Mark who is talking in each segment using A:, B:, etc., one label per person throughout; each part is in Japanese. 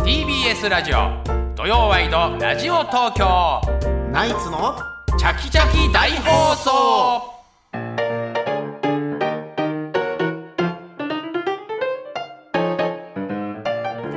A: TBS ラジオ土曜ワイドラジオ東京
B: ナイツの
A: チャキチャキ大放送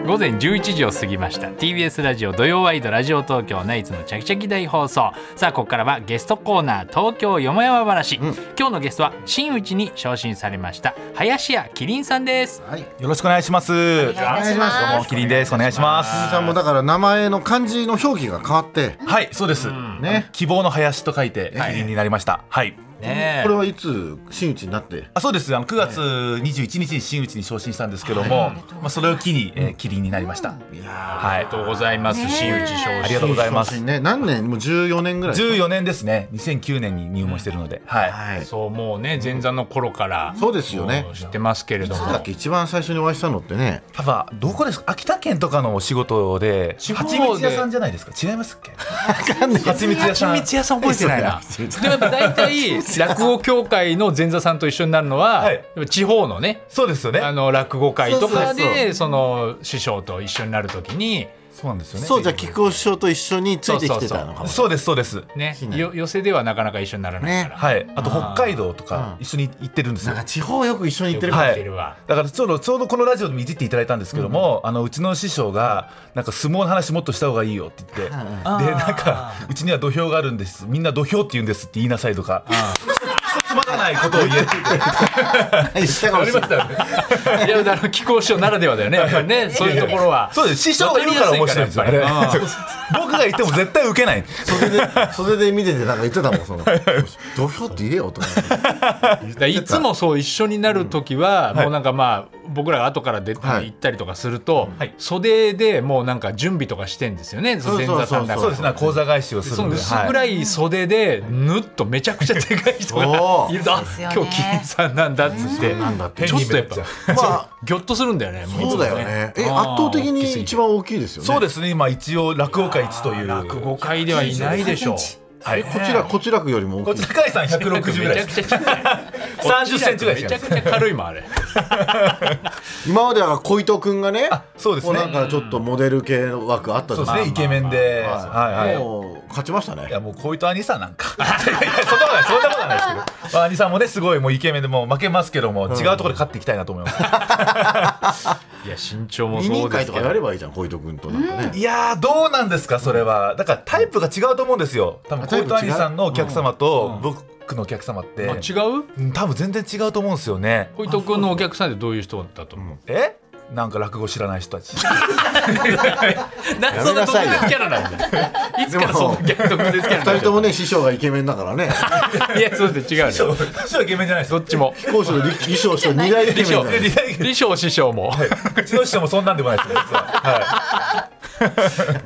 A: 午前11時を過ぎました TBS ラジオ土曜ワイドラジオ東京ナイツのチャキチャキ大放送さあここからはゲストコーナー東京よもやま話、今日のゲストは真打ちに昇進されました林家キリンさんです
B: はい
C: よろしくお願いします。お
D: 願いします
C: どうもキリンです。お願いしま
B: キリン
C: す。
B: さんもだから名前の漢字の表記が変わって
C: はい、そうです。
B: ね
C: 希望の林と書いて
B: はい
C: キリンになりました。はい。
A: ねえ
B: これはいつ真打ちになって
C: あそうですあの9月21日に真打ちに昇進したんですけども、まあ、それを機に、えー、キリンになりました、
B: いや
C: は
A: あり
C: い
A: がとうございます真打ち昇進
C: ありがとうございます
B: ね何年もう14年ぐらい
C: 14年ですね2009年に入門してるので、はい、
B: はいそ
A: そうもうね前座の頃から
B: うですよね
A: もう知ってますけれども
B: さっき一番最初にお会いしたのってね
C: パパどこですか秋田県とかのお仕事で
A: 地方で
C: 蜂蜜屋さんじゃないですか違いますっけ蜂蜜屋さん
A: 屋さん覚えてないなでもやっぱ大体落語協会の前座さんと一緒になるのは、
C: はい
A: やっぱ地方のね
C: そうですよね
A: あの落語会とか
B: そうそうそ
A: でその師匠と一緒になるときに
C: そうなんですよね
B: そうじゃあ菊尾師匠と一緒についてきてたのかも
C: そうですそうです
A: ね
B: しない
A: よ寄せではなかなか一緒にならないから、
C: はいあと北海道とか
B: うん
C: 一緒に行ってるんです
B: な
C: よ
B: んか地方よく一緒に行ってる
A: は、
C: はいい
A: てるわ
C: だからちょうどちょうどこのラジオでもいじっていただいたんですけども、あのうちの師匠がなんか相撲の話もっとした方がいいよって言って、
B: んうん
C: でなんかうちには土俵があるんですみんな土俵って言うんですって言いなさいとか。つまらないことを言えって言って
B: はい知ったかもしれない
A: いやだから貴公師匠ならではだよねやっぱりねそういうところは
C: そうです師匠がいるから面白いんですよ
A: わかりやすいから
C: あれ僕が言っても絶対受けない
B: 袖で袖で見ててなんか言ってたもんその「土俵って言えよ」とか
A: だからいつもそう一緒になる時は、もうなんかまあ僕らが後から出て
B: はい
A: 行ったりとかすると、
C: はい
A: 袖でもうなんか準備とかしてんですよねその前座さんだ
B: あ
A: か
C: そ
A: ら
C: うですね講座返しをする
A: その
C: んで
A: 薄暗
C: い
A: い袖でぬっとめちゃくちゃでかい人が
B: おー
A: いるとあ
D: ですよね
A: 今日キリンさんなんだっつって
B: なんだって
A: ちょっとやっぱ
B: まあ
A: ぎょっとするんだよねも
B: そうだよねえ圧倒的に一番大きいですよね
C: そうですね今一応落語会一という
A: 落語界ではいないでしょう
C: はい
B: こちらこちらくよりも大
C: こっ
B: き
C: ち
B: い
C: 高井さん160ぐらい
A: めち
C: で
A: ゃく
C: す
A: ちゃちっちゃい
C: 30センチぐらいし
A: め
C: か
A: ち
C: ない
A: ゃくちゃ軽いもんあれ
B: 今までは小糸くんがね
C: あそうです
B: もう
C: ね
B: なんかちょっとモデル系の枠あったじ
C: そ
B: ゃ
C: う
B: ない
C: ですねイケメンではいはい
B: もう勝ちました
C: いや
B: ね
C: もうこういった兄さんなんか いやいやそんなことないそんなことないですけど、まあ、兄さんもねすごいもうイケメンでもう負けますけども、違うところで勝っていきたいなと思います
A: いや身長も
B: 二
A: そ
B: 人
A: うで
B: 会
A: す
B: と
A: け
B: か
A: ど
B: やればいいじゃん小糸くんとなんかね
C: いやーどうなんですかそれはだからタイプが違うと思うんですよ多分
B: あ
C: こ
B: タ
C: う
B: イ
C: いっ
B: プ
C: た
B: 違う
C: 兄さんのお客様と僕のお客様って、
A: あ違う
C: うん多分全然違うと思うんですよね
A: 小糸君のお客さんってどういう人だと思う
C: えなんか落語知らない人たち
A: なんでそんな特別キャラなんだよいつからそんな逆特別キャラ
B: 二人と
A: も
B: もね師匠がイケメンだからね
A: いやそうで違うね
C: そうそうイケメンじゃないです
A: ど
C: よ
A: っちも
B: 講師の力士と二大イケメンだ
C: で
B: ね
C: リアルに
A: 李翔師匠も
C: うちの師匠もそんなんでもない ですよ実は、はい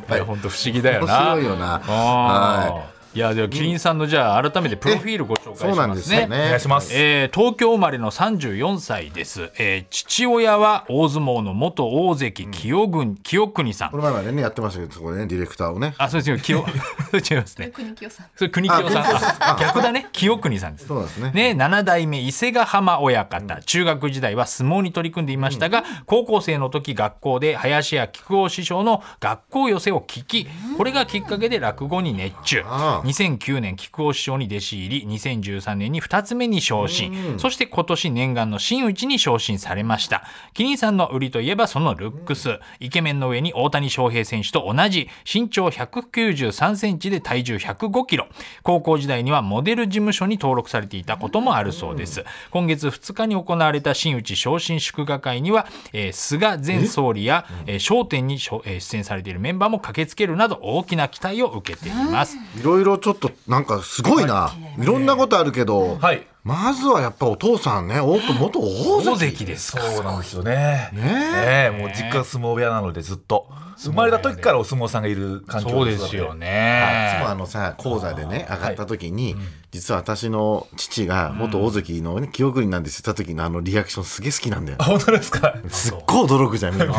A: いや本当不思議だよ
B: 面
A: な
B: 白いよなは
A: あーいやではキリンさんのじゃあ改めてプロフィールご紹介します
B: そ
A: ね。
B: うなんですよね
C: お願いします、
A: えー東京生まれの34歳です、えー父親は大相撲の元大関清軍、清国さ
B: こ
A: ん
B: の前までねやってましたけどそこでねディレクターをね
A: あそうですよ清 それ違いますね
D: 国清さん。
A: それ国清さん
B: あ国清さん
A: あ逆だね清国さんです
B: そうなんですね
A: ね、7代目伊勢ヶ浜親方、中学時代は相撲に取り組んでいましたが、高校生の時学校で林家木久扇師匠の学校寄せを聞き、これがきっかけで落語に熱中
B: ああ
A: 2009年木久扇師匠に弟子入り2013年に2つ目に昇進そして今年念願の真打ちに昇進されましたキリンさんの売りといえばそのルックスイケメンの上に大谷翔平選手と同じ身長1 9 3センチで体重1 0 5キロ高校時代にはモデル事務所に登録されていたこともあるそうです今月2日に行われた真打ち昇進祝賀会には、えー菅前総理や『えー笑点』にしょえー出演されているメンバーも駆けつけるなど大きな期待を受けています
B: いろいろちょっとなんかすごいな、い、ろんなことあるけど、
C: はい
B: まずはやっぱお父さんねお元大
A: 大
B: 関
A: 関ですか
C: そうなんですよね。ねえ、もう実家が相撲部屋なのでずっと生まれた時からお相撲さんがいる環境
A: そうで
C: 育って
A: すよ。ね
B: いつもあのさ講座でね上がった時に、実は私の父が元大関の、ね、記憶になんですって言った時のあのリアクションすげえ好きなんだよ
C: あ本当ですか。
B: すっごい驚くじゃんみんな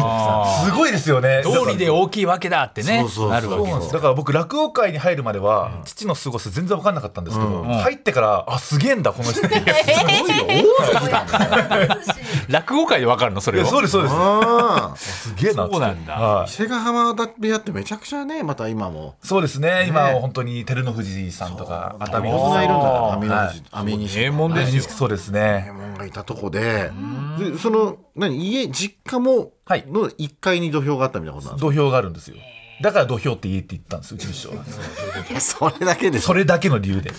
C: すごいですよね。
A: 道理で大きいわけだってね
B: そうそうそう
A: なるわ
C: そう
A: け
C: なんです。だから僕落語界に入るまでは父の過ごす全然分かんなかったんですけど、
A: ん
C: 入ってからあすげえんだこの人って
D: すごいよ大好き
A: 落語界でわかるのそれを
C: そうですそうです
B: ああ
C: すげえなっつって
A: そうなんだ
C: はい
B: 伊勢ヶ浜だってやってめちゃくちゃねまた今も
C: そうですね今は本当に照ノ富士さんとか熱海
B: 大綱いるんだから網の
C: はい
B: 藤網に
A: 名門ですよ
C: そうですね
B: 門がいたとこででその何家実家も
C: はい
B: の1階に土俵があったみたいなことなんで
C: 土俵があるんですよだから土俵って言えって言ったんですうちの師匠は
B: すかそれだけでし
C: そ
B: ょ
C: れだけの理由で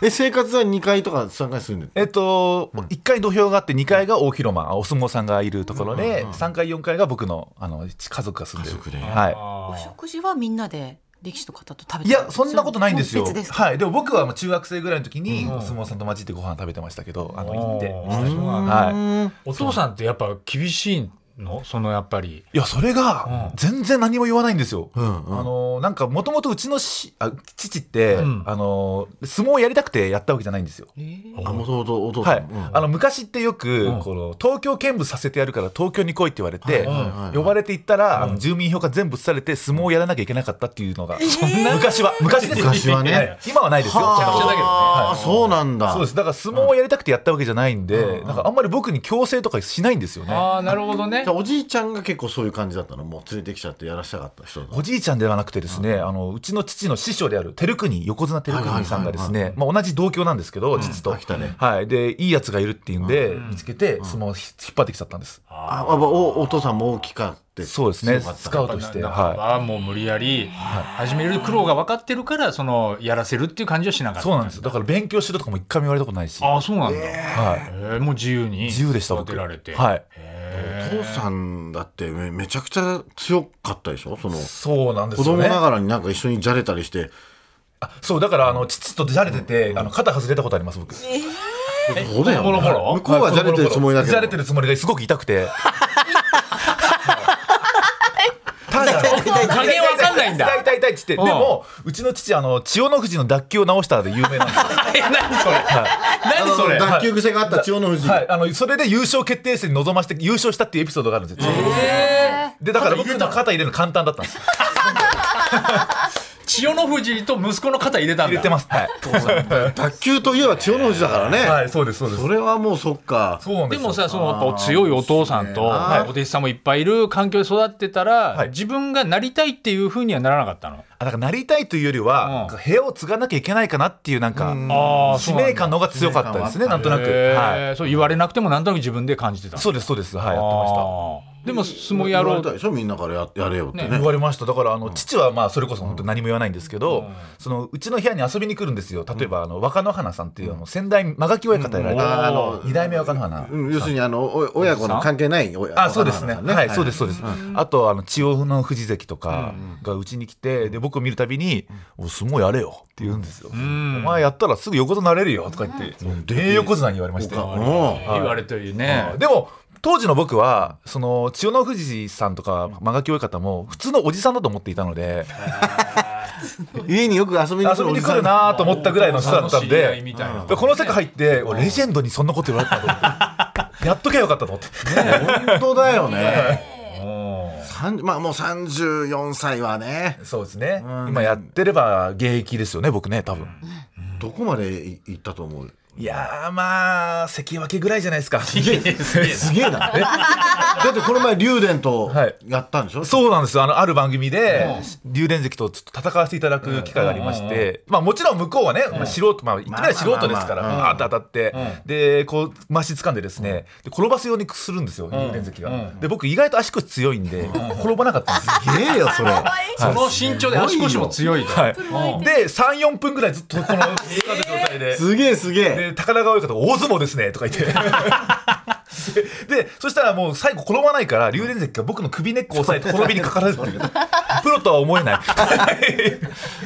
B: え生活は2階とか3階住んでる
C: えっと、1階土俵があって2階が大広間お相撲さんがいるところで、3階4階が僕のあの家族が住んでる
B: 家族で
C: は
D: お食事はみんなで力士の方と食べ
C: い、い
D: て
C: やそんなことないんですよ
D: 別ですか
C: はい、でも僕はもう中学生ぐらいの時にお相撲さんと混じってご飯食べてましたけどあの行っては
A: お父さんってやっぱ厳しいのそのやっぱり
C: いやそれが全然何も言わないんですよ、
B: んうん
C: あのなんかもともとうちのしあ父って、
A: うん
C: あの相撲をやりたくてやったわけじゃないんですよ
B: あもともとお父
C: は
B: さ
C: い
B: んうん
C: あの昔ってよく、
A: うん
C: この東京見舞させてやるから東京に来いって言われて、
A: はいはい
B: はい
C: 呼ばれて行ったら、あの住民票が全部移されて相撲をやらなきゃいけなかったっていうのが、昔は昔ですよ
B: 昔はね
C: い今はないですよ
B: はあ
C: ちゃんと
A: だけどね
B: あーそうなんだ
C: そうですだから相撲をやりたくてやったわけじゃないんで、なんかあんまり僕に強制とかしないんですよね
A: あなるほどね
B: じゃあおじいちゃんが結構そういう感じだったのもう連れてきちゃってやらしたかった人だ
C: おじいちゃんではなくてですね、あのうちの父の師匠である照国横綱照国さんがです
B: はいはい
C: ね、まあ同じ同郷なんですけど、父と、
B: あ来たね
C: はいでいいやつがいるっていうんで、見つけて相撲を引っ張ってきちゃったんです。
B: ああおお父さんも大きかって
C: そうですね
B: 強かった
C: スカウトして
A: だ
C: は
A: からはもう無理やり始める苦労が分かってるからそのやらせるっていう感じはしなかった
C: そうなんですよだから勉強しろとかも一回も言われたことないし、
A: ああそうなんだ、
C: は
A: えーもう自由に
C: い、自由でした
A: 育
C: 僕
A: てられて、
C: はい
B: お父さんだってめめちゃくちゃ強かったでしょその
C: そうなんで
B: 子
C: すよ
B: 供
C: ね
B: ながらになんか一緒にじゃれたりして
C: あそうだからあの父とじゃれてて、あの肩外れたことあります僕じ
B: そうだよ
A: ボ
B: ね
A: ロボロ
B: 向こうはじゃれてるつもりだけど
C: ゃれてるつもりがすごく痛くてただ
A: 加減わかんないんだ
C: 痛い痛い痛いっつって、
A: うん
C: でもうちの父あの千代の富士の脱臼を直したで有名なんですよ
A: え何それ何それ
B: あの脱臼癖があった千代の富士
C: はいあのそれで優勝決定戦に臨まして優勝したっていうエピソードがあるんですよ、でだから僕の肩入れるの簡単だったんです
A: 千代の富士と息子の肩入れたんだ
C: 入れてますはい、
B: 卓球といえば千代の富士だからね、
C: はい、そうですそうです
B: それはもうそっか
C: そうなん
A: ですも
C: よ
A: さそのやっぱ強いお父さんと
B: あー
A: お弟子さんもいっぱいいる環境で育ってたら、
C: はい
A: 自分がなりたいっていうふうにはならなかったの
C: あだからなりたいというより
A: うん
C: は、なんか部屋を継がなきゃいけないかなっていうなんか
A: あー
C: 使命感の方が強かったですねなんとなく、は
A: へーそう言われなくてもなんとなく自分で感じてた
C: い、そうですそうですはいやってました
A: でも相撲やろう
B: 言われたでしょみんなからややれよってね
C: 言われましただからあの父はまあそれこそ本当に何も言わないんですけど、そのうちの部屋に遊びに来るんですよ例えばあの若野花さんっていうあの先代間垣親方やられ
B: あー
C: た
B: あの
C: 二代目若野花
B: うん要するにあのお親子の関係ない親
C: あそうですね
B: お母さんだから
C: はいそうですそうです、あとあの千代の富士関とかがうちに来てで僕を見るたびに「お相撲やれよ」って言うんですよ「お前やったらすぐ横綱なれるよ」とか言って名横綱に言われまして
B: お母
A: 言われてるね
C: でも当時の僕はその千代の富士さんとか間垣親方も普通のおじさんだと思っていたので
B: うん家によく遊びに来る
C: 遊
B: お
C: びに
B: じ
C: 来
B: さ
C: る
B: ん
C: なと思ったぐらいの人だっ
A: お父さ
C: たん
A: の知り合い
C: で
A: みたいな
C: でこの世界入って俺レジェンドにそんなこと言われたと思ってやっとけばよかったと思って
B: 本当だ よね
A: うん
B: 三まあもう34歳はね
C: そうですね今やってれば現役ですよね僕ね多分
B: どこまでい行ったと思う
C: いやーまあ関脇ぐらいじゃないですか
B: す げえなだってこの前竜電と
C: はい
B: やったんでしょ、
C: そうなんですよあのある番組で竜電関とちょっと戦わせていただく機会がありまして、まあ、もちろん向こうはね、まあ、素人、まあ、言ってみれば素人ですから
B: まあまあまあ
C: バーッと当たって、でこうまし掴んでですねで転ばすようにするんですよ竜電関が、で僕意外と足腰強いんで、転ばなかったんです
B: すげえよそれ
A: その身長で足腰も強いと
C: はい、で34分ぐらいずっと この掴んだ状態で。
B: すげえすげえ
C: で高田川親方が大相撲ですねとか 言ってででそしたらもう最後転ばないから竜電関が僕の首根っこを押さえて転びにかかられるっていうプロとは思えない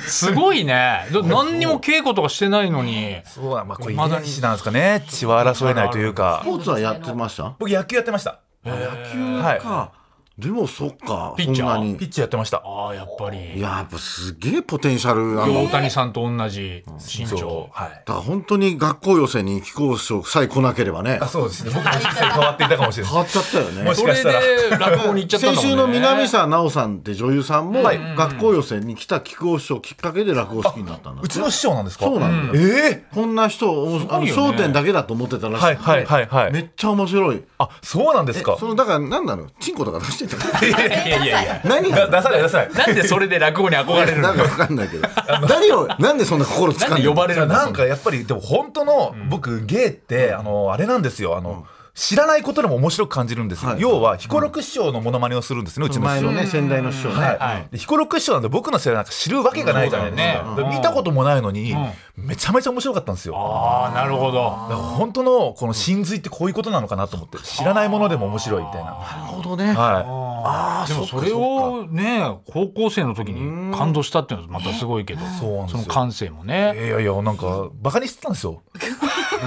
A: すごいねど何にも稽古とかしてないのに
C: そうなんまあこれ遺
A: まだ
C: 伝子なんですかね血は争えないというか
B: スポーツはやってました
C: 僕野球やってました
B: 野球
C: はい
B: か、でもそっか
A: ピッチャー
B: そんな
C: ピッ
B: に
C: チャーやってました
A: ああやっぱり
B: やっぱすげえポテンシャルなの
A: 大谷さんと同じ身長
C: そうはい
B: だから本当に学校予選に貴公子さえ来なければね
C: あそうですね僕の人生変わっていたかもしれない
B: 変わっちゃったよね
C: もし
A: そ
C: か
A: れ
C: したら
A: で落語に行っちゃったん
B: 先
A: だもんね
B: 週の南沢奈緒さんって女優さんも
C: はい
B: 学校予選に来た貴公子をきっかけで落語好きになったんだ
C: うちの師匠なんですか
B: そうなんだよ
C: ええ
B: こんな人をあの
A: すごいよ
B: 焦
A: ね
B: 点だけだと思ってたらし
C: はい
B: く
C: はい
B: て
C: はいは
B: め
C: い
B: っちゃ面白い
C: あそうなんですか
B: そのだから何なのチンコとか出してたの
A: いやいやいや
B: 何
C: だ
B: が
C: 出さない出さない
A: なんでそれで落語に憧れる
B: な
A: の
B: んか分かんないけど何をなんでそんな心つか
A: なんん
B: で
A: で呼ばれるんだ
C: なん
A: そ
C: かやっぱりでも本当の僕芸ってあのあれなんですよあの知らないことでも面白く感じるんですよ
B: はい
C: 要は彦六師匠のモノマネをするんですねうちの師
B: 前
C: 匠
B: のね先代の師匠ね、
C: はいで彦六師匠なんで僕の世代なんか知るわけがないじゃないです
A: そう
C: か
A: だよね
C: で見たこともないのにめちゃめちゃ面白かったんですよ
A: ああなるほど
C: だから本当のこの真髄ってこういうことなのかなと思って知らないものでも面白いみたいな
B: なるほどね
C: は
A: でもそれをね高校生の時に感動したっていうのはまたすごいけど
C: そうなんです
A: そ
C: よ
A: の感性も
C: い
A: ね
C: いやいやなんかバカにしてたんですよ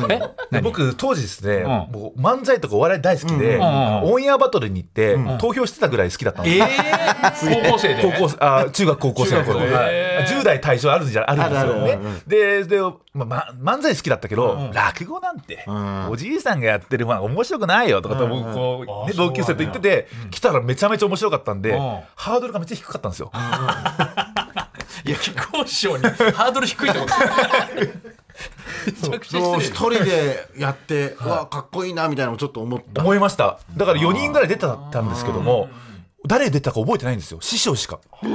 A: え
C: で
A: 何
C: 僕当時ですね、
A: ん
C: もう漫才とかお笑い大好きで、
A: んうんうん
C: オンエアバトルに行って、投票してたぐらい好きだったんで
A: え
C: すよ、
A: ー高校生で
C: 高校生あ中学高校生の頃、
A: 中学
C: はい
A: へー
C: 10代対象あるんじゃあるんですよね
B: あるある
C: でで、まま漫才好きだったけど、落語なんて、
B: ん
C: おじいさんがやってるまあ面白くないよとかと僕こう、
A: あ
C: ね、
A: そうなんだ
C: 同級生と言ってて、来たらめちゃめちゃ面白かったんで、
A: うん
C: ハードルがめっちゃ低かったんですよ、
A: いや貴公子にハードル低いってことめちゃくちゃ
B: そう一
A: 失
B: 人でやって、うわかっこいいなみたいなのもちょっと思った
C: 思いましただから4人ぐらい出てたんですけども誰出たか覚えてないんですよ師匠しか
A: 礼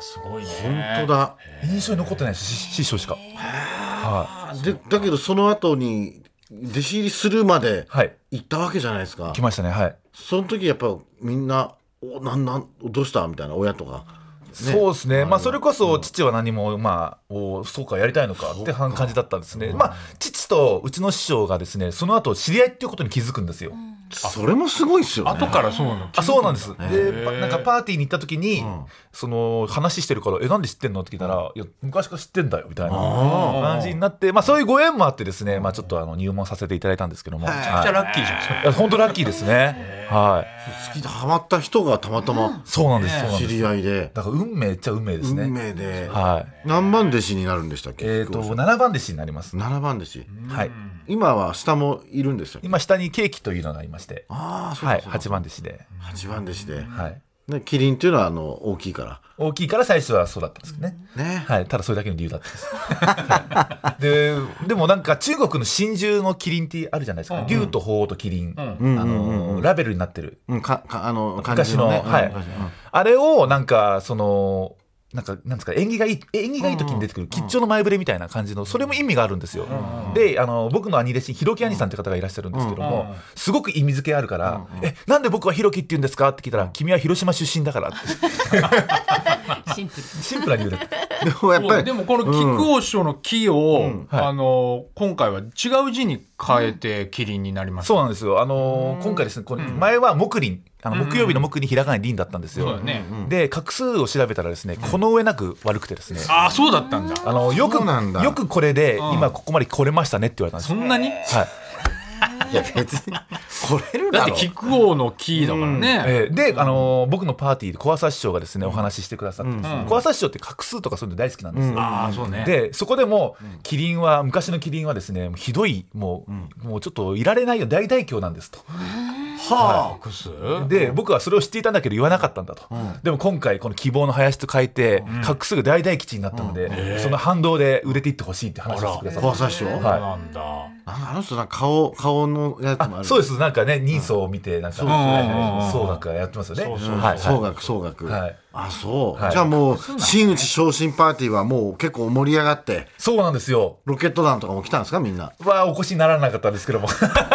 A: すごいね
B: 本当だ
C: 印象に残ってないですし師匠しかは
B: でだけどその後に弟子入りするまで
C: い、はい、
B: 行ったわけじゃないですか
C: 来ましたねはい
B: その時やっぱみんな「おなんなんどうした?」みたいな親とか
C: そうですね、まあ、それこそ父は何も、まあ、おそうか、やりたいのかって感じだったんですね、まあ、父とうちの師匠がですねその後知り合いっていうことに気づくんですよ。
B: それもすごいですよね
A: 後からそうなの
C: あそうなんです、で
A: へー
C: パなんかパーティーに行った時に、その話してるから「えなんで知ってんの?」って聞いたら「いや昔から知ってんだよ」みたいな感じになって、まあ、そういうご縁もあってですね、まあ、ちょっとあの入門させていただいたんですけども、
A: めちゃくちゃ
C: は
A: ラッキーじゃんそれ
C: い、いや本当ラッキーですね、はい、
B: 好きでハマった人がたまたま
C: そうなんです、そうなん
B: 知
C: です
B: り合いで、
C: だから運命っちゃ運命ですね、
B: 運命で、
C: はい
B: 何番弟子になるんでしたっけ、
C: えっ、と7番弟子になります、
B: 7番弟子
C: はい
B: 今は下もいるんですよ
C: 今下にケーキというのがいまして、
B: ああそう
C: は
B: か
C: い、
B: そうか
C: 八番弟子で、
B: 八番弟子で、
C: はい、
B: でキリンっていうのはあの大きいか
C: 大きいから最初はそうだったんですけどね。
B: らね、
C: はい、ただそれだけの理由だったんです、はいででもなんか中国の真珠のキリンってあるじゃないですか、竜と鳳凰とキリン、あのーラベルになってる
B: うん、かかあの感
C: 昔
B: じ
C: の、
B: のね
C: はい、
B: うん昔のうん
C: あれをなんかそのなんかなんですか縁起がいい縁起がいい時に出てくる吉兆の前触れみたいな感じのそれも意味があるんですよ、であの僕の兄弟子にひろき兄さんって方がいらっしゃるんですけども、すごく意味付けあるから「えなんで僕はひろきって言うんですか?」って聞いたら「君は広島出身だから」って
D: シンプル。
C: シンプルな理由だった
B: でもやっぱり
A: でもこの木久扇師匠の木を、
C: はい
A: あの今回は違う字に変えてキリンになりました、
C: そうなんですよあのー今回ですねこれ前は木林あの木曜日の木にひらがなに林だったんですよ、
A: そうだね
C: で画数を調べたらですねこの上なく悪くてですね、
A: ああそうだったんだ
C: あのよ
B: そうなんだ
C: くよくこれで、
A: うん
C: 今ここまで来れましたねって言われたんです
A: そ
C: よ。
A: んなに
C: はい
B: いや別に来れる
A: だ
B: だ
A: っ
B: ろ
A: て木久扇の木だからね、
C: えーで、あのー僕のパーティーで小朝師匠がですねお話ししてくださって、
A: うん
C: 小朝師匠って画数とかそういうの大好きなんですよ。
A: ああそうね
C: でそこでもキリンは昔のキリンはですねひどいもう,、もうちょっといられないよ大大凶なんですと
A: はあ隠す
C: で僕はそれを知っていたんだけど言わなかったんだと、でも今回この希望の林と書いて画数が大大吉になったので、その反動で売れていってほしいって話をしてくださ
B: 怖
C: っ
B: さ師匠、
A: そう
C: はい
A: なんだ、
B: ああの人なんか顔顔のやつもあ
C: た
B: る
C: そう
B: で
C: ですなんかね人相を見てなんか
A: ですね
C: 総額がやってますよね
A: そうそう
B: す
C: はい
B: 総額総額、
C: はい
B: あそう、
C: はい
B: じゃあもう真打ち昇進パーティーはもう結構盛り上がって
C: そうなんですよ。
B: ロケット弾とかも来たんですかみんな
C: はお越しにならなかったんですけども。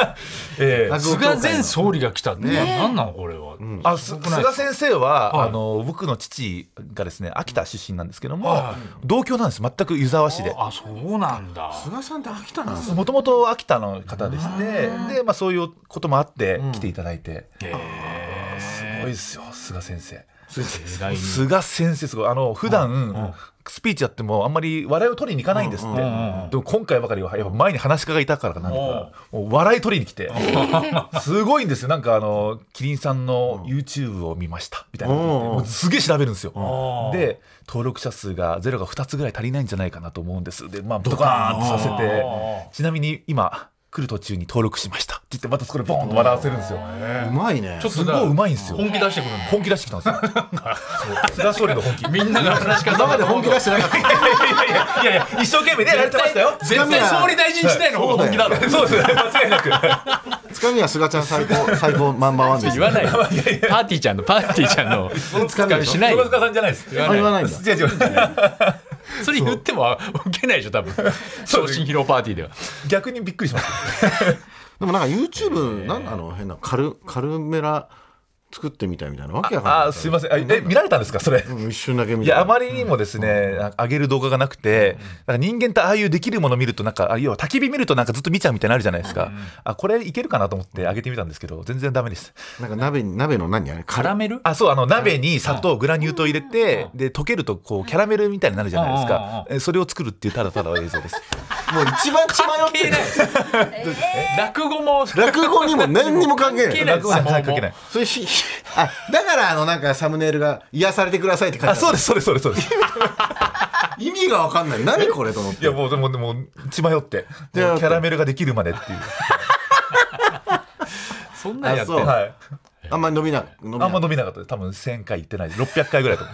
C: ええ
B: 落語協
A: 菅
B: 会の
A: 前総理が来たって、なんなのこれは、
C: あす
A: ない
C: 菅先生は、
A: はい
C: あの僕の父がですね秋田出身なんですけども、
A: は
C: 同郷なんです全く湯沢市で
A: あそうなんだ
B: 菅さんって飽きたな
C: もともと秋田の方でしてで、まあ、そういうこともあって来ていただいて、
A: へえ
C: すごいですよ菅先生
A: 第二
C: 菅先生すごいあの普段スピーチやってもあんまり笑いを取りに行かないんですって、でも今回ばかりはやっぱ前に話し家がいたからかなんか、もう笑い取りに来 て、すごいんですよなんかあのキリンさんの YouTube を見ましたみたいなこと言って、
B: うん
C: もうすげえ調べるんですよ、
A: ん
C: で登録者数がゼロが2つぐらい足りないんじゃないかなと思うんですでまあドカーンとさせてちなみに今来る途中に登録しましたって言ってまたそこでボーンと笑わせるんですよ
B: うまいね
A: ちょっと
C: すごいうまいんですよ
A: 本気出してくるんだ
C: 本気出してきたんですよ 菅総理の本気
A: みんなが話し方
B: 今まで本気出してなかった
C: いやいやいやいや一生懸命ねやられてましたよ
A: 絶対総理大臣時代の方が本気だろ
C: そうです間違いなく
B: つかみはすがちゃん最高最高ナンバーワンです
A: 言わないよパーティーちゃんのパーティーちゃんの
B: つかみ
A: しないよ
C: 小塚さんじゃないです
A: 言わ
B: あ言わないんだ
C: 違う違う
A: それ言っても受けないでしょ多分昇進披露パーティーでは
C: 逆にびっくりしました
B: でもなんか YouTube なんなの変なカルカルメラ作ってみたいみたいなわけやから
C: あーすいませんあえ見られたんですかそれ
B: うん一瞬だけ見
C: い
B: た
C: やあまりにもですね、あ上げる動画がなくて、なんか人間ってああいうできるもの見ると、なんか、あ要は焚き火見ると、なんかずっと見ちゃうみたいになのあるじゃないですか、あこれいけるかなと思って上げてみたんですけど、全然ダメです。
B: なんか鍋に鍋の何あれカ
A: カラ
B: ラ
A: メル
C: あそうあの鍋に砂糖、グラニュー糖入れて、で溶けるとこうキャラメルみたいになるじゃないです
A: うんうんうん
C: か、えそれを作るっていう、ただただの映像 です。
B: もう一番血迷ってる
A: 落語も
B: 落語にも何にも関係な
A: 関係
B: い
A: ない
C: 落語は関係ない
B: それしあだからあのなんかサムネイルが癒されてくださいって書いてあ
C: あ
B: る
C: そうです、そうです、そうです、そうです。
B: 意味がわかんない何これと思っ
C: い
B: て
C: やもうでもでも血迷って
B: じ
C: キ
B: ゃあ
C: ャラメルができるまでっていう、
A: そんなんやって
B: あそ
A: ん
B: う
A: の
C: はい、
B: あんまり伸びな伸び
C: あん
B: な
C: ま伸びなかったです多分1000回いってないです600回ぐらいだと思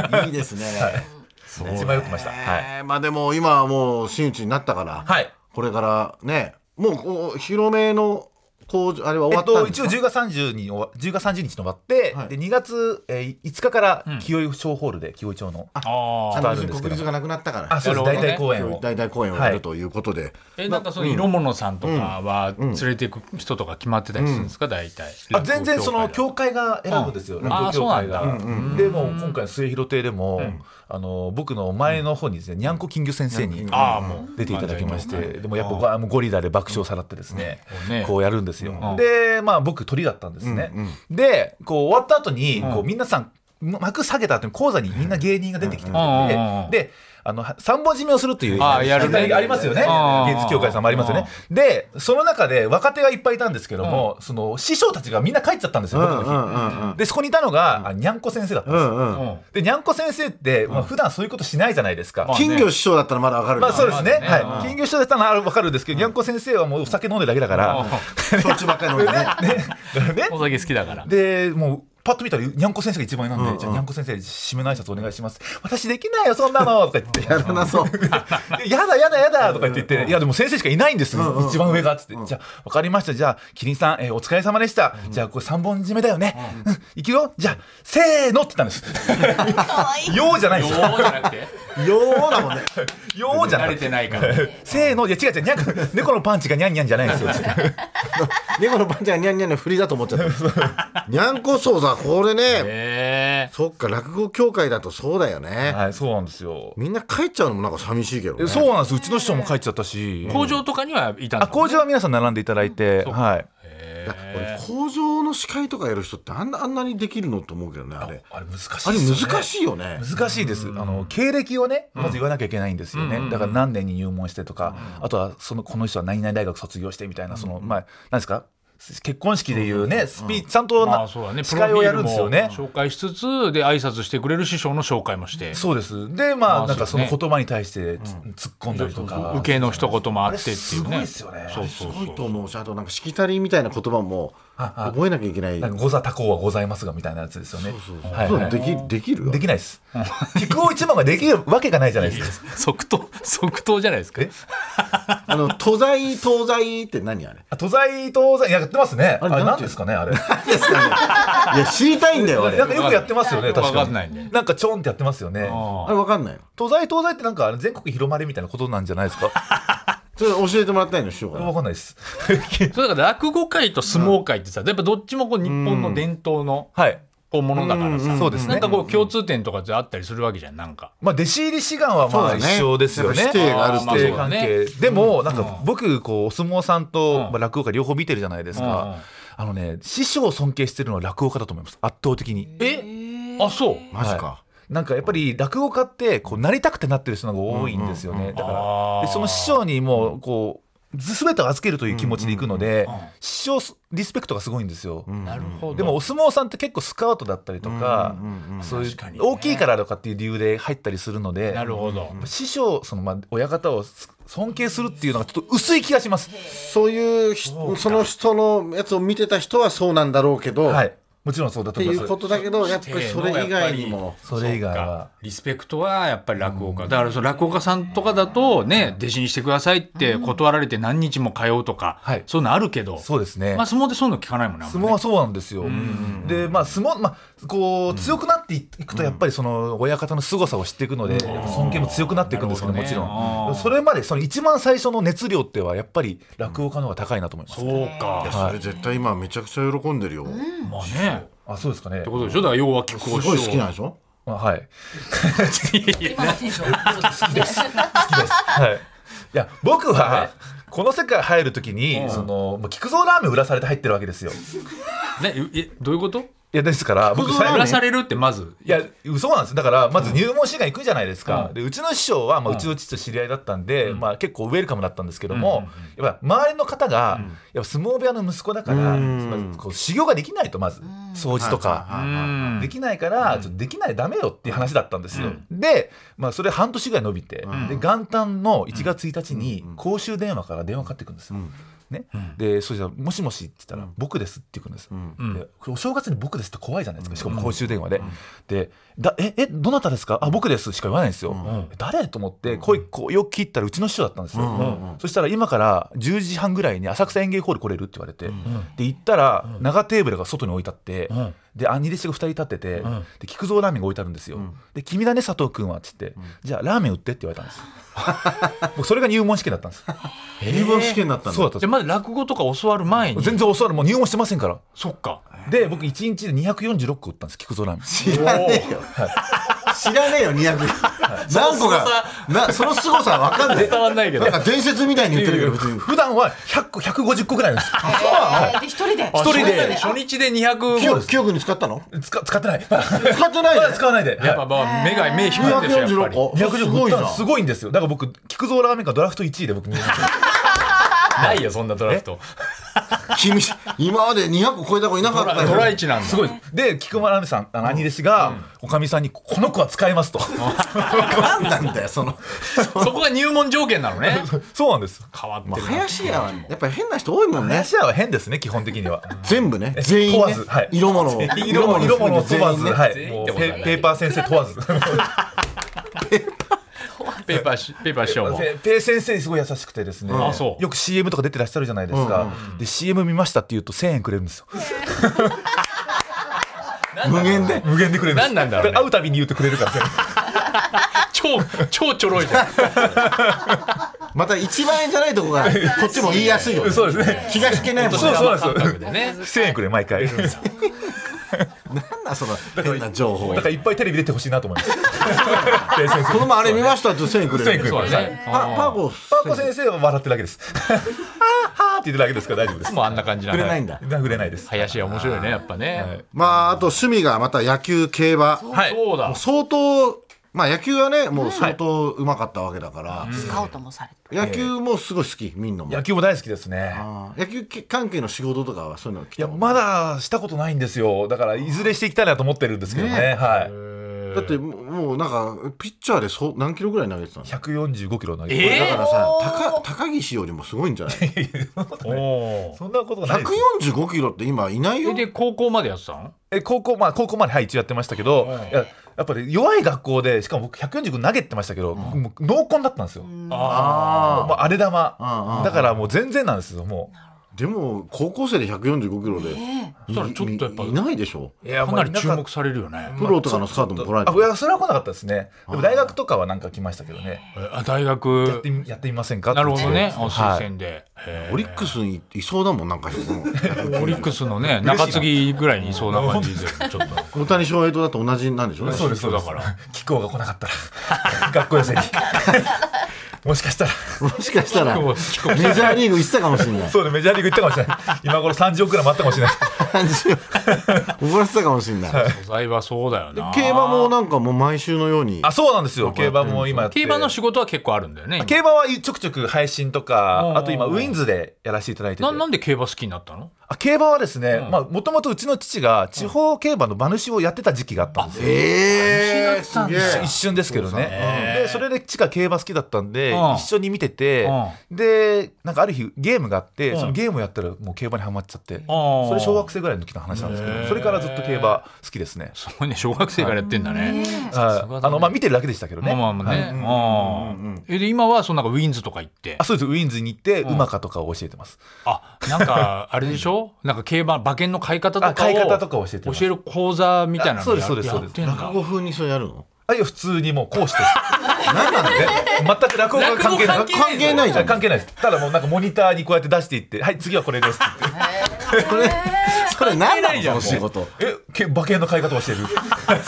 C: います
B: いいですね、
C: ね血迷ってましたはい、
B: えーまあでも今はもう真打ちになったから、
C: はい、
B: これからねもうこう広めの工場あれは終
C: え
B: わ
C: っ
B: った
C: と
B: んです
C: 一
B: か、
C: 応10月30に終わ10月30日に終わって、
B: はい
C: で2月、えー5日から清居小ホールで清居町のあ
A: あ
B: あ
A: あ
B: の
C: あるんですけ
B: 国
C: ど
B: 立がなくなったから
C: そうです
A: なる
C: 大
A: ほどね
C: 体公演を
B: 大々公演をやるということで、
A: えなんかその色物さんとかは連れていく人とか決まってたりするんですか大体
C: あ全然その
A: 日
C: 教会が選ぶんですよ、落
A: あ
C: 語協会
A: そ
C: が、
A: うなんだ
C: でもう今回の末広亭でも、あの僕の前の方にですねにゃんこ金魚先生に
A: ああもう
C: 出ていただきまして、
A: 漫才の
C: でもやっぱわあもうゴリラで爆笑さらってですね、
A: うんね
C: こうやるんですよ、
A: ん
C: でまあ僕鳥だったんですね、でこう終わった後にこう皆さん幕下げた後に講座にみんな芸人が出てきてくれて、
A: うんうん
C: であのは三本締めをするという
A: ああやるね
C: ありますよね
A: うん
C: 芸術協会さんもありますよねでその中で若手がいっぱいいたんですけども、その師匠たちがみんな帰っちゃったんですよ僕の日、
B: うんうんうん
C: でそこにいたのが、あにゃんこ先生だったんですよ、
B: うんうん
A: うん
C: でにゃんこ先生って、まあ普段そういうことしないじゃないですか、
A: まあね
B: 金魚師匠だったらまだわかるけ
C: ま
B: ど
C: あそうですね、
A: まあね
C: はい、金魚師匠だったら分かるんですけど、にゃんこ先生はもうお酒飲んでるだけだから、
B: 焼酎ばっかり飲んでね
C: ね、
A: お酒好きだから
C: でもうパッと見たらにゃんこ先生が一番上なんで、
B: うん
C: じゃあにゃんこ先生締めの挨拶お願いします私できないよそんなのとか言って
B: やらなそう
C: でやだやだやだとか言って言って、いやでも先生しかいないんです、一番上がっつって、じゃあ分かりましたじゃあキリンさん、えーお疲れ様でした、じゃあこれ3本締めだよね、うんいくよじゃあせーのって言ったんですようじゃないん
A: 用じ
C: ですよ
A: ゃなくて
B: ようだもんね
C: ようじゃな
A: 慣
C: い
A: れてない から
C: せーのいや違う違うにゃんこ猫のパンチがにゃんにゃんじゃないんですよ
B: 猫のパンチはニャンニャンの振りだと思っちゃった ニャンコソーザこれね
A: ええ
B: そっか落語協会だとそうだよね
C: はいそうなんですよ
B: みんな帰っちゃうのもなんか寂しいけどね
C: えそうなんですうちの師匠も帰っちゃったし
A: 工場とかにはいたん
C: あ
A: だ
C: 工場は皆さん並んでいただいて、はい、
B: いや俺工場の司会とかやる人ってあんなあんなにできるのと思うけどねあれ
C: あれ難しい
B: あれ難
C: い
B: しいよね
C: 難しいです、あの経歴をねまず言わなきゃいけないんですよね、だから何年に入門してとか、あとはそのこの人は何々大学卒業してみたいなその、まあ何ですか結婚式でいうねスピーチちゃんとな、
A: まあそうだね
C: 司会をやるんですよね
A: プロフィールも紹介しつつで挨拶してくれる師匠の紹介もして
C: そうですでま
A: まあ
C: あなんかそ
A: そうです
C: の
A: ね
C: 言葉に対してつ突っ込んだりとか
A: 受けの一言もあ
C: あ
A: っ
C: れ
A: てっていうね
C: すごいですよね
A: そうそう
B: すごいと
A: そう
B: 思うしあとなんかしきたりみたいな言葉も覚えなきゃいけない
C: なんかござ多幸はございますがみたいなやつですよねはい
B: そういうの
C: はい
B: できできる
C: できないです菊を一番ができるわけがないじゃないですか
A: 即答 即答じゃないですか
C: え
B: あの東西東西って何あれ
C: あ都在東西やってますね。
B: あ
C: あ
B: れ
C: れ
B: なん
C: 何
B: て
C: ですかねあれ。
B: ですかねいや知りたいんだよあれ
C: な
B: あ
C: んかよくやってますよね確かに。
A: わかんないね
C: なんかちょんってやってますよね。
A: あ
B: れわかんないの
C: 東西東西ってなんかあれ全国広まれみたいなことなんじゃな いですか。
B: それ教えてもらったいのしようか
C: わ
B: な
C: かんないです。
A: あそれだから落語界と相撲界ってさやっぱどっちもこう日本の伝統の
C: はい。
A: こうものだからさ
C: そうです
A: なん
C: ね
A: か。こう共通点とかってあったりするわけじゃんなんか
C: まあ弟子入り志願はまあ
B: そう
C: 一
B: だね
C: 緒ですよね。
B: やっぱ師弟がある
A: っていう
C: 師弟関係。でもなんか僕こうお相撲さん
A: う
C: と
A: ん
C: まあ落語家両方見てるじゃないで
A: う
C: す
A: ん
C: か。あのね師匠を尊敬してるのは落語家だと思います圧倒的に。
A: えあそう
B: マジか、
C: はなんかやっぱり落語家ってこうなりたくてなってる人の方が多いんですよね、だから
A: あー
C: でその師匠にもうこうず全てを預けるという気持ちでいくので、師匠リスペクトがすごいんですよ、
A: なるほど
C: でもお相撲さんって結構スカウトだったりとか、そういう
A: 確かにね
C: 大きいからとかっていう理由で入ったりするので
A: なるほど
C: 師匠そのまあ親方を尊敬するっていうのがちょっと薄い気がします、
B: そういうひその人のやつを見てた人はそうなんだろうけど、
C: は
B: っ
C: い、もちろんそうだと
B: て
C: 思
B: い
C: いうま
B: こ
C: す
B: とだけどやっぱりそれ以外にも
C: それ以外
A: そっ
C: は
A: かリスペクトはやっぱり落語家、だからその落語家さんとかだとね弟子にしてくださいって断られて何日も通うとか、
C: はい
A: そういうのあるけど
C: そうですね、
A: まあ相撲でそういうの聞かないもんねあんま
C: 相
A: ね
C: 撲はそうなんですよ。で、まあ、相撲、まあ、こう、強くなっていくと、やっぱりその親方の凄さを知っていくので、やっぱ尊敬も強くなっていくんですけど、
A: な
C: も
A: るほ
C: ち
A: どね
C: ろ
A: あー
C: ん。それまで、その一番最初の熱量っては、やっぱり落語家の方が高いなと思います。
A: そうか、
B: いやそれ絶対今めちゃくちゃ喜んでるよ、
A: まあね
C: あ、そうですかね
A: って。ことでしょだから要は貴公
B: すごい好きなんでしょ
C: まあはい。
D: 今のテンションそうです
C: 好きです。はい。いや、僕は、この世界入るときに、その、もう菊蔵ラーメン売らされて入ってるわけですよ。い
A: ねええどういうこと
C: や、ですから、僕、
A: 売
C: 最
A: ら
C: 後
A: さ
C: に。
A: れるってまず
C: いや、嘘なんです。だから、まず入門志願行くじゃないですか。
A: うん
C: で、うちの師匠は、まあ、うちの父と知り合いだったんで、まあ、結構ウェルカムだったんですけども、やっぱ、周りの方が、やっぱ、相撲部屋の息子だから、
B: うん
C: まあこう修行ができないと、まず、掃除とか。
B: はいはいはいはい
A: うん
C: できないから、ちょっとできないダメよっていう話だったんですよ、で、まあ、それ半年ぐらい伸びて、で元旦の1月1日に公衆電話から電話かかってくるんですよ、ねでそしたら「もしもし」って言ったら「僕です」ってくるんです、でこれお正月に「僕です」って怖いじゃないですかしかも公衆電話で、でだええどなたですかあ僕です」しか言わないんですよ、誰と思って声こうよく聞いたらうちの師匠だったんですよ、そしたら今から10時半ぐらいに浅草園芸ホール来れるって言われて、で行ったら長テーブルが外に置いてあって、
A: ん
C: で兄弟子が2人立ってて、で菊蔵ラーメンが置いてあるんですよ、で「君だね佐藤君は」っつって、じゃあラーメン売って」って言われたんです 僕それが入門試験だったんです
B: 入門試験だったんだ
C: そうだった
A: じ
C: んで
A: ゃあまず落語とか教わる前に
C: す全然教わるもう入門してませんから
A: そっか
C: で僕1日で246個売ったんです菊蔵ラーメン
B: 知らねえよ知らねえよ200何個がなその凄さは分か んない
A: 伝わんないけど
B: なんか伝説みたいに言ってるけど別に
C: 普段は100個150個ぐらいなんです
D: えーで一人で
A: 一人で
D: 一人
A: 初日で200
B: 記憶記憶に使ったの
C: 使使ってないま
B: 使ってない
C: だ
B: で
C: 使わないで
A: やっぱまあ目が目光ってるでしょやっぱ
B: 246
A: り
B: 個
C: 200
B: す
C: 個
B: ご
C: 売
B: い
C: ったん
B: な
C: ですす ごいんですよだから僕菊蔵ラーメンがドラフト1位で僕入 門して
A: ないよそんなドラフト
B: 君今まで200個超えた子いなかったよ
A: ドライチなんだ
C: すごいですで菊間ラーメンさんあの兄弟子が、おかみさんに「この子は使えます」と
B: 何なんだよその
A: そこが入門条件なのね
C: そうなんです
A: 変わってるな
B: 林家はやっぱり変な人多いもんね
C: 林家は変ですね基本的には
B: 全部ね全員
C: 問
B: ね
C: わずはい
B: 色物を
C: 色も色も問わず、
B: ね
C: はい、
A: 全員
C: もう
A: って
C: ペ
A: ことはない
C: ペーパー先生問わず
A: ペーパーしペーパー師匠も
C: ペペー先生すごい優しくてですね、
A: あそう
C: よく CM とか出てらっしゃるじゃないですか、で CM 見ましたって言うと1000円くれるんですよ
B: 無限で
C: 無限でくれるんです
A: 何なんだろうね
C: 会うたびに言うてくれるから全
A: 超
C: 部
A: 超ちょろいじゃん
B: また一番円じゃないと こがこっちも言いやすいよね
C: そうです ね
B: 気が引けないもんね
C: そうそうなん
A: 感
C: です
A: 覚
C: よ
A: でね
C: 1000円くれる毎回 だ
B: なんだその変な情報
C: からいっぱいテレビ出てほしいなと思いますペー先生
B: この前あれ見ましたって1000円く
C: 1000
B: れ
C: 円く
B: る
C: れる
A: そうだね
B: パパ
A: う
B: ー
A: ん
B: ゴ
C: パーコ先生は笑ってるだけ ですはあはあって言ってるだけですから大丈夫です
A: もうあんな感じな
B: く
A: ん
B: れな
A: だ
B: いんだ
C: 殴れないです
A: 林家面白いねやっぱね
B: まああと趣味がまた野球競馬
A: はいそうだ
B: 相当まあ野球はねもう相当うまかったわけだから、
D: スカウトもされて
B: 野球もすごい好きみんなも
C: 野球も大好きですね
B: あー野球関係の仕事とかはそういうの来
C: い
B: た
C: やまだしたことないんですよだからいずれしていきたいなと思ってるんですけどね
B: ね
C: はい
B: だってもうもうなんかピッチャーでそう何キロぐらい投げてたの
C: 145キロ投げて
A: え
B: だ
A: ー
B: からさ高高岸よりもすごいん じゃない
A: おー
C: そんなことないですよ
B: 145キロって今いない
A: そ
B: よ
A: れで高校までやってたの
C: え高校まあ高校まではい一応やってましたけどいややっぱり弱い学校でしかも僕145投げてましたけど、もう濃厚だったんですよ、もう
A: あ
C: あれ玉、
B: うんうん
C: だからもう全然なんですよも
B: でも高校生で145キロで、
A: そしたらちょっとやっぱ
B: いいないでしょ
C: ういや
A: かなり注目されるよね
B: プロとかのスカートも取られ
C: あ
B: て
C: い
B: る
C: やそれは来なかったですねでも大学とかはなんか来ましたけどね
A: あ大
C: やっ
A: 学
C: てみやってみませんか
A: なるほどねあ推
C: はい
A: 薦でへー
B: オリックスにいそうだもんなんかその
A: オリックスのね中継ぎぐらいにいそうな感じでちょっと
B: 大谷翔平とだと同じなんでしょうね
C: そうですそうです
A: だから
C: 気候が来なかったら学校寄せにもしかしたら
B: もしかしたらメ
A: もう
B: ジ
A: 聞こ
B: ャーリーグ行ってたかもしれない
C: そうでメジャーリーグ行ったかもしれない今頃30億くらいもあったかもしれない
B: 感じを 怒らせたかもしれない
A: えお台場そうだよな
B: 競馬もなんかもう毎週のように
C: あそうなんですよ競馬も今やって
A: 競馬の仕事は結構あるんだよね今
C: 競馬はちょくちょく配信と
A: うん
C: かあと今ウィンズでやらせていただいてて
A: ななんで競馬好きになったの
C: あ競馬はですね
A: ん
C: もともとうちの父が地方競馬の馬主をやってた時期があったんですよ
B: ええすげ
C: 一
B: え
C: 一瞬ですけどね
A: ね
C: でそれで父が競馬好きだったんで
A: うん
C: 一緒に見ててでなんかある日ゲームがあって
A: うん
C: そのゲームをやったらもう競馬にはまっちゃって
A: そ
C: それ小学生ぐらいの時の話なんですけ
A: へー
C: どそれからずっと競馬好きですね
A: すごいね小学生からやってんだねさすがだ
C: はい
A: ね
C: あのまあ見てるだけでしたけど
A: ま
C: ね
A: あまあまあ
C: はい
A: ねうんえで今はそのなんかウィンズとか行って
C: あそうですウィンズに行って馬かとかを教えてます
A: あなんかあれでしょなんか競馬馬券の買い方とかを
C: あ買い方とかを教えてます
A: 教える講座みたいなの
C: あそうですそうです
A: や
C: そうです
A: やってんだ
B: 落語風にそれやるの
C: あいや普通にもう講師です何 なのね全く落語が関係ない
A: 落語
B: 関係ないじゃん
C: 関係ないですただもうなんかモニターにこうやって出していってはい次はこれですって
B: それそれ何な
A: ない
B: の
A: じゃ
B: そ
A: ん
B: の仕事
C: 言ってえけ馬券の買い方を教える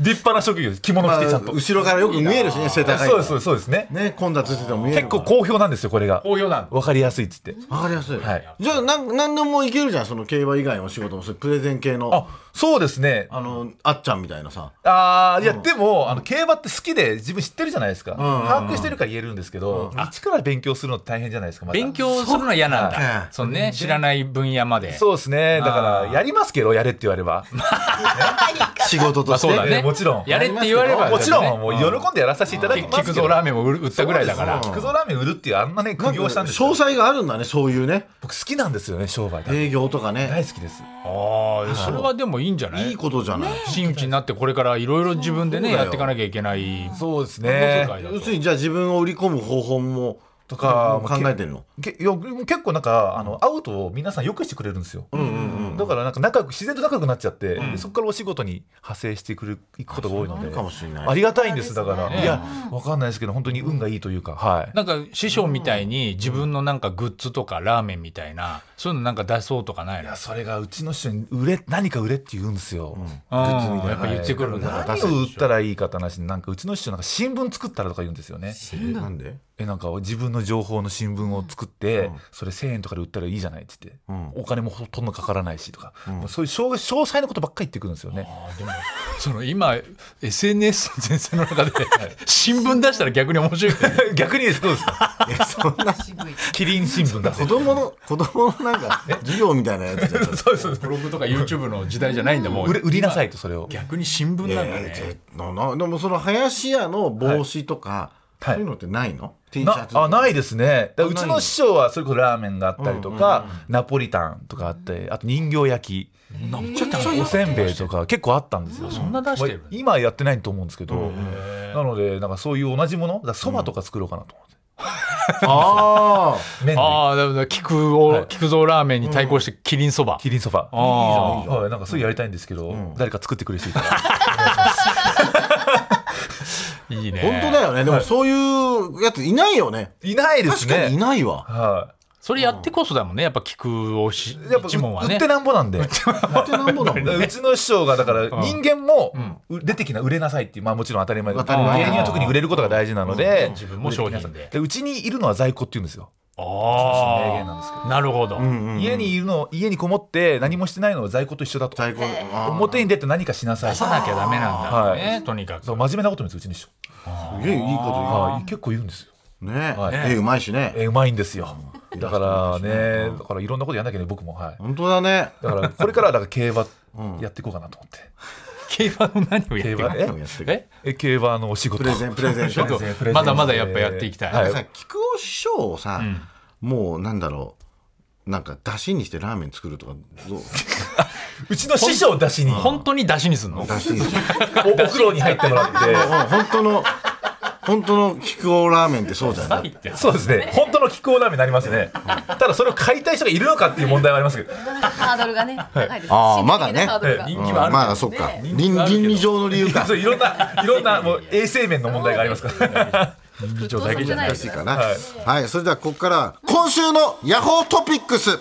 C: 立派な職業です着物
B: ま
C: 着
B: あ
C: てちゃんと、
B: 後ろからよく見えるしね背高い
C: そうですそうですそうですね
B: ね混雑してても見える
C: 結
B: から
C: 構好評なんですよこれが
A: 応用なん
C: わかりやすいっつって
B: わかりやすい、
C: はい
B: じゃあなん何でもいけるじゃんその競馬以外の仕事もそれプレゼン系の
C: あ
B: あ
C: そうですね
B: のあっちゃんみたいなさ
C: あーいやでもあの競馬って好きで自分知ってるじゃないですか
B: んうん
C: 把握してるから言えるんですけど一から勉強するのって大変じゃないですかまた
A: 勉強するのは嫌なん
B: そう
A: だ
B: か
A: そのね知らない分野まで
C: そうですねだ
A: あー
C: からやりますけどやれって言われれば
B: 仕事として、
A: まあそうだね
C: えーもちろん
A: やれって言われれば
C: もちろんもう
A: ね
C: 喜んでやらさせていただきます
A: 聞
C: けど
A: くぞラーメンを売る売ったぐらいだから
C: そうですよ菊蔵ラーメン売るっていうあんな
B: な
C: ね
B: ん
C: 苦
B: か
C: 行したんです
B: 詳
C: よ
B: 細があるんだねそういうね
C: 僕好きなんですよね商売が
B: 営業とかね
C: 大好きです
A: ああそれはでもいいんじゃない
B: いいことじゃない、
A: 真打ちになってこれからいろいろ自分でね
B: そうだよ
A: やっていかなきゃいけない
C: そうです
A: 世
C: ね
A: 界だと
B: 要するにじゃあ自分を売り込む方法も
C: とか
B: もう考えてるの
C: けいや結構なんかあの会うと皆さんよくしてくれるんですよだからなんか仲良く自然と仲良くなっちゃってでそこからお仕事に派生してくるいくことが多いの
B: ある
C: で
B: かもしれない
C: ありがたいんですだか
A: ね
C: らいやわかんないですけど本当に運がいいというかはい
A: なんか師匠みたいに自分のなんかグッズとかラーメンみたいなそういうのなんか出そうとかない
C: い
A: の
C: やそれがうちの人に売れ何か売れって言うんですよ
A: うんやっぱ言ってくるんだ
C: 何を売ったらいいかって話になんかうちの師匠なんか新聞作ったらとか言うんですよね
B: えーなんで
C: えなんか自分の情報の新聞を作って、それ1,000円とかで売ったらいいじゃないって言って、
B: うん
C: お金もほとんどかからないしとか、もうそういう詳詳細なことばっかり言ってくるんですよね。
A: あでもその今 SNS の前線の中で新聞出したら逆に面白いけどね
C: 逆にそうですか
B: いやそんな
D: 渋い。
C: キリン新聞だ
B: 子供の子供のなんか授業みたいなやつじゃん
C: そうですそうです
A: ブログとか YouTube の時代じゃないんだもう
C: 売れ売りなさいとそれを
A: 逆に新聞
B: い
A: な
B: や
A: んだ
B: いや
A: ね
B: ちょっとなでもその林家の帽子とか、
C: はいはい
B: そういうのってないの、T シャ
C: な
B: ツ
C: あないですねだからう
B: あ
C: ち
B: ない
C: の師匠はそれこそラーメンがあったりとか、ナポリタンとかあってあと人形焼き
A: なんちょっと
C: おせんべいとか結構あったんですよ、
A: そんな出してる
C: まあ今やってないと思うんですけど、なのでなんかそういう同じものだからそばとか作ろうかなと思って、
B: あ
C: 麺類
A: ああだから菊を、
C: はい
A: 菊蔵ラーメンに対抗してキリンそば、
C: キリンそば
A: あー
C: いいじゃんいいじゃんはいなんかすぐやりたいんですけど、誰か作ってくれる人いたら
A: いいね
B: あ本当だよねでもそういうやついないよね
C: いないで
B: 確かにいないわ、
C: は
A: それやってこそだもんねやっぱ菊をし
C: いやっぱ
A: 一門は
C: 売
A: ね
C: ってなん ぼなんでだか
B: 勝手なんぼ だもん
C: ら
B: ね
C: うちの師匠がだから人間もう出てきな売れなさいっていうまあもちろん当たり前で
B: 当
C: 芸
B: たり前
C: 人は特に売れることが大事なので
A: 自分も商品で
C: でうちにいるのは在庫って言うんですよ名言なん
A: あ
C: ですけど
A: あなるほど、
C: 家にいるの家にこもって何もしてないのは在庫と一緒だと
B: 太鼓あー
C: 表に出て何かしなさい
A: 出さなきゃダメなんだね、
C: は
A: とにかく
C: そう真面目なこと言うんですようちの師匠
B: すげえいいこと
C: はい結構言うんですよ
B: 言うね
C: はい
B: えうまいしね
C: えうまいんですよだからねだからいろんなことやんなきゃね僕もはい
B: 本当だね
C: だからこれからはだから競馬やっていこうかなと思って、
A: 競馬の何をやっていく
C: 競馬
A: の
C: え
B: 何をやってる
A: え
C: え競馬のお仕事
B: プレゼンプレゼンしょ
A: ちょっとまだまだやっぱやっていきたい
C: は
B: さ菊尾師匠をさ、もうなんだろうなんか出汁にしてラーメン作るとかどう
C: うちの師匠出しにお
A: 本当に出しにすんの
B: 出汁にして
C: お風呂に入ってもらっ
B: うん
C: て
B: 本当の本当の菊尾ラーメンってそうじゃない
A: 入って
C: そうですね本当の気候ラーメンになりますねただそれを買いたい人がいるのかっていう問題はありますけど
D: ハードルがね、高いです。
B: あーまだね
D: 心理的なハードルが
A: 人
B: うん
A: 気はあるけど、
B: まあそっか
D: ね
B: 倫倫理上の理由か
C: そういろんないろんなもう衛生面の問題がありますから
D: 沸騰
A: 上だ
D: さ
A: けじ
D: せ
A: ゃな
D: な
B: 難
D: いいで
B: し
D: す
B: い
D: よ
B: かなは、
C: はい
B: それではここからは今週のヤホートピックス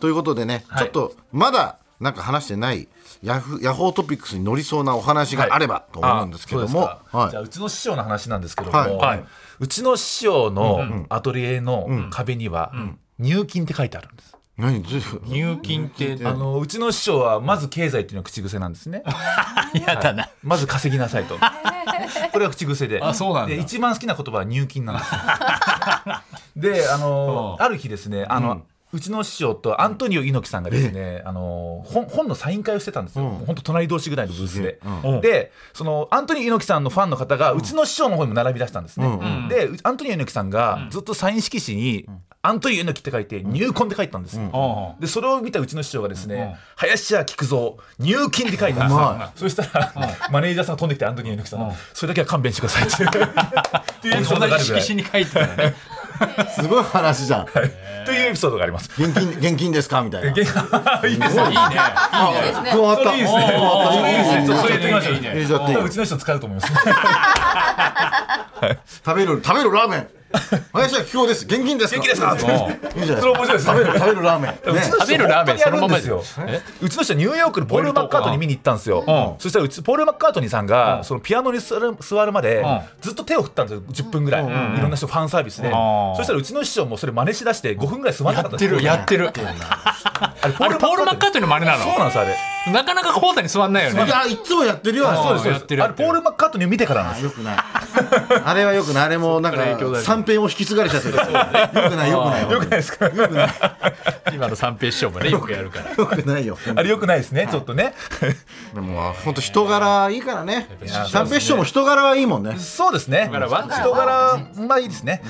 B: ということでね、ちょっとまだなんか話してないヤフヤホートピックスに乗りそうなお話があればと思うんですけども、
C: あそうですか
B: はい
C: じゃあうちの師匠の話なんですけども、
B: はいう
C: ちの師匠のアトリエの壁には入金って書いてあるんです。
B: 何ずいぶん
A: 入金って
B: うん
C: あのうちの師匠はまず経済っていうのは口癖なんですね。
A: 嫌だな。
C: まず稼ぎなさ いと。これは口癖で。
A: あそうなんだ
C: で一番好きな言葉は入金なん ですよ。で、あの、ある日ですね、あの、うちの師匠とアントニオ猪木さんがですね、あの本本のサイン会をしてたんですよ、
B: うん
C: 本当隣同士ぐらいのブースで、
A: うん
C: でそのアントニオ猪木さんのファンの方がうちの師匠の方にも並び出したんですね、
B: うんうん
C: でアントニオ猪木さんがずっとサイン色紙に「アントニオ猪木」って書いて「入婚」って書いてたんですよ、
A: うん
C: でそれを見たうちの師匠がですね
A: うん
C: 「林家菊蔵入金」って書いたんです
B: う
C: よ
B: ま
C: そしたら、マネージャーさんが飛んできてアントニオ猪木さん、
A: うん
C: それだけは勘弁してください」ってっていうエピ
A: 同
C: ソードがあ
A: じ
C: るぐらい
A: 色紙に書いてあるね。
B: すごい話じゃん
C: というエピソードがあります。
B: 現金現金ですかみたいな
C: いいです
A: いいね。
B: あ
D: いいですね
B: 加わっ
C: そ
B: た
C: れいいですね。
A: おー
C: それいいですね。ちょっとそれ
A: いい
C: やってみましょう。
A: いいね
B: 入れちゃっていい
C: 多分うちの人使うと思います。
B: 食べる食べるラーメン林は貴公です現金ですか
C: 元気ですか？
B: いいじゃないですか
C: それ面白いです ね
B: 食べる食べるラーメン、ね、
A: 食べるラーメンそのままで
C: ですよ。うちの人ニューヨークのポール・マッカートニー見に行ったんですよ。
A: うん
C: そしたらうちポール・マッカートニーさんが、
A: うん
C: そのピアノに座る座るまで、
A: う
C: ずっと手を振ったんですよ。10分ぐらい、いろんな人ファンサービスで。
A: ん
C: そしたらうちの師匠もそれ真似しだして5分ぐらい座らなかったんです
A: やってる、やってる。
C: あれポ
A: あれ、ポール・マッカー
C: ト
A: トニーの真似な
C: ニーそう
A: の
C: なんですあれ。
A: なかなか講座に座んないよね
B: い。やいつもやってるよあれ
A: そうです
C: そう
A: や
C: で
A: って
C: す
A: る
C: あれポール・マッカートニーを見てからなんですよ。
B: よくないあれはよくないあれもなん
A: そっから影響
B: か
A: だね
B: 三平を引き継がれちゃってるよくないよくないよくないですかよくない
A: 今の三平師匠もね、よくやるから。
B: よくないよ
C: あれ良くないですね、ちょっとね。
B: でも本当人柄いいからね
C: や
B: 三平師匠も人柄はいいもんね
C: そうですね。人
A: 柄は
C: 柄まあいいですね。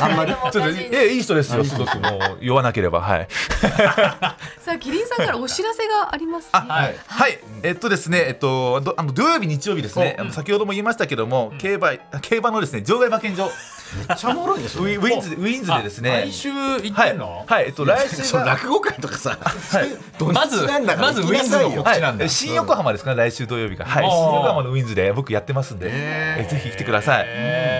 D: あん まり。
C: ちょっとえいい人ですよ。すごくもう酔わなければはい。
D: さあ、キリンさんからお知らせがありますね。
A: はい。
C: はい、えっとですね、えっと、どあの土曜日、日曜日ですね、あの先ほども言いましたけども、競馬、競馬のですね、場外馬券場。ウ
B: ちゃおもろいです
C: ィウィンズ、ウィンズでですね。
A: 来週行っ
C: は
A: て
C: い、
A: んの
C: はい、えっと、来 週
B: そう
C: が。
B: 落語会とかさ
C: い
B: 土日
A: まず
B: なんだから
A: まず
B: 行きなさいよ
A: ウィンズの告知
C: はい
A: なんだ
C: え新横浜ですかね、来週土曜日が、はい、
A: あー
C: 新横浜のウィンズで僕やってますんで、えぜひ来てください、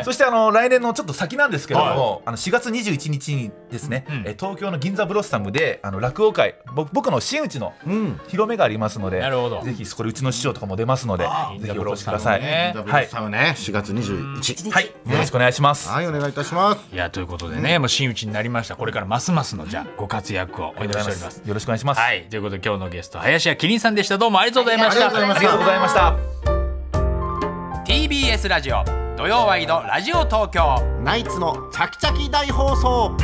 C: そしてあの来年のちょっと先なんですけども、あの4月21日にですね、
A: うん
C: え東京の銀座ブロッサムであの落語会僕僕の真打ちの
B: うん
C: 広めがありますので、
A: なるほど
C: ぜひこれうちの師匠とかも出ますので
A: ー
C: ぜひお越しください、
A: ね
B: ダブルサムね4月21
C: はい、よろしくお願いします。
B: はいお願いいたします
A: いや、ということでね、もう真打ちになりました。これからますますの、じゃあご活躍をお祈りしております。
C: よろしくお願いします。
A: はい。ということで、今日のゲスト、林家キリンさんでした。どうもありがとうございました。
B: ありがとうございま
C: あ
B: し
C: り
B: た
C: がとうございました。
A: TBS ラジオ土曜ワイドラジオ東京
B: ナイツのチャキチャキ大放送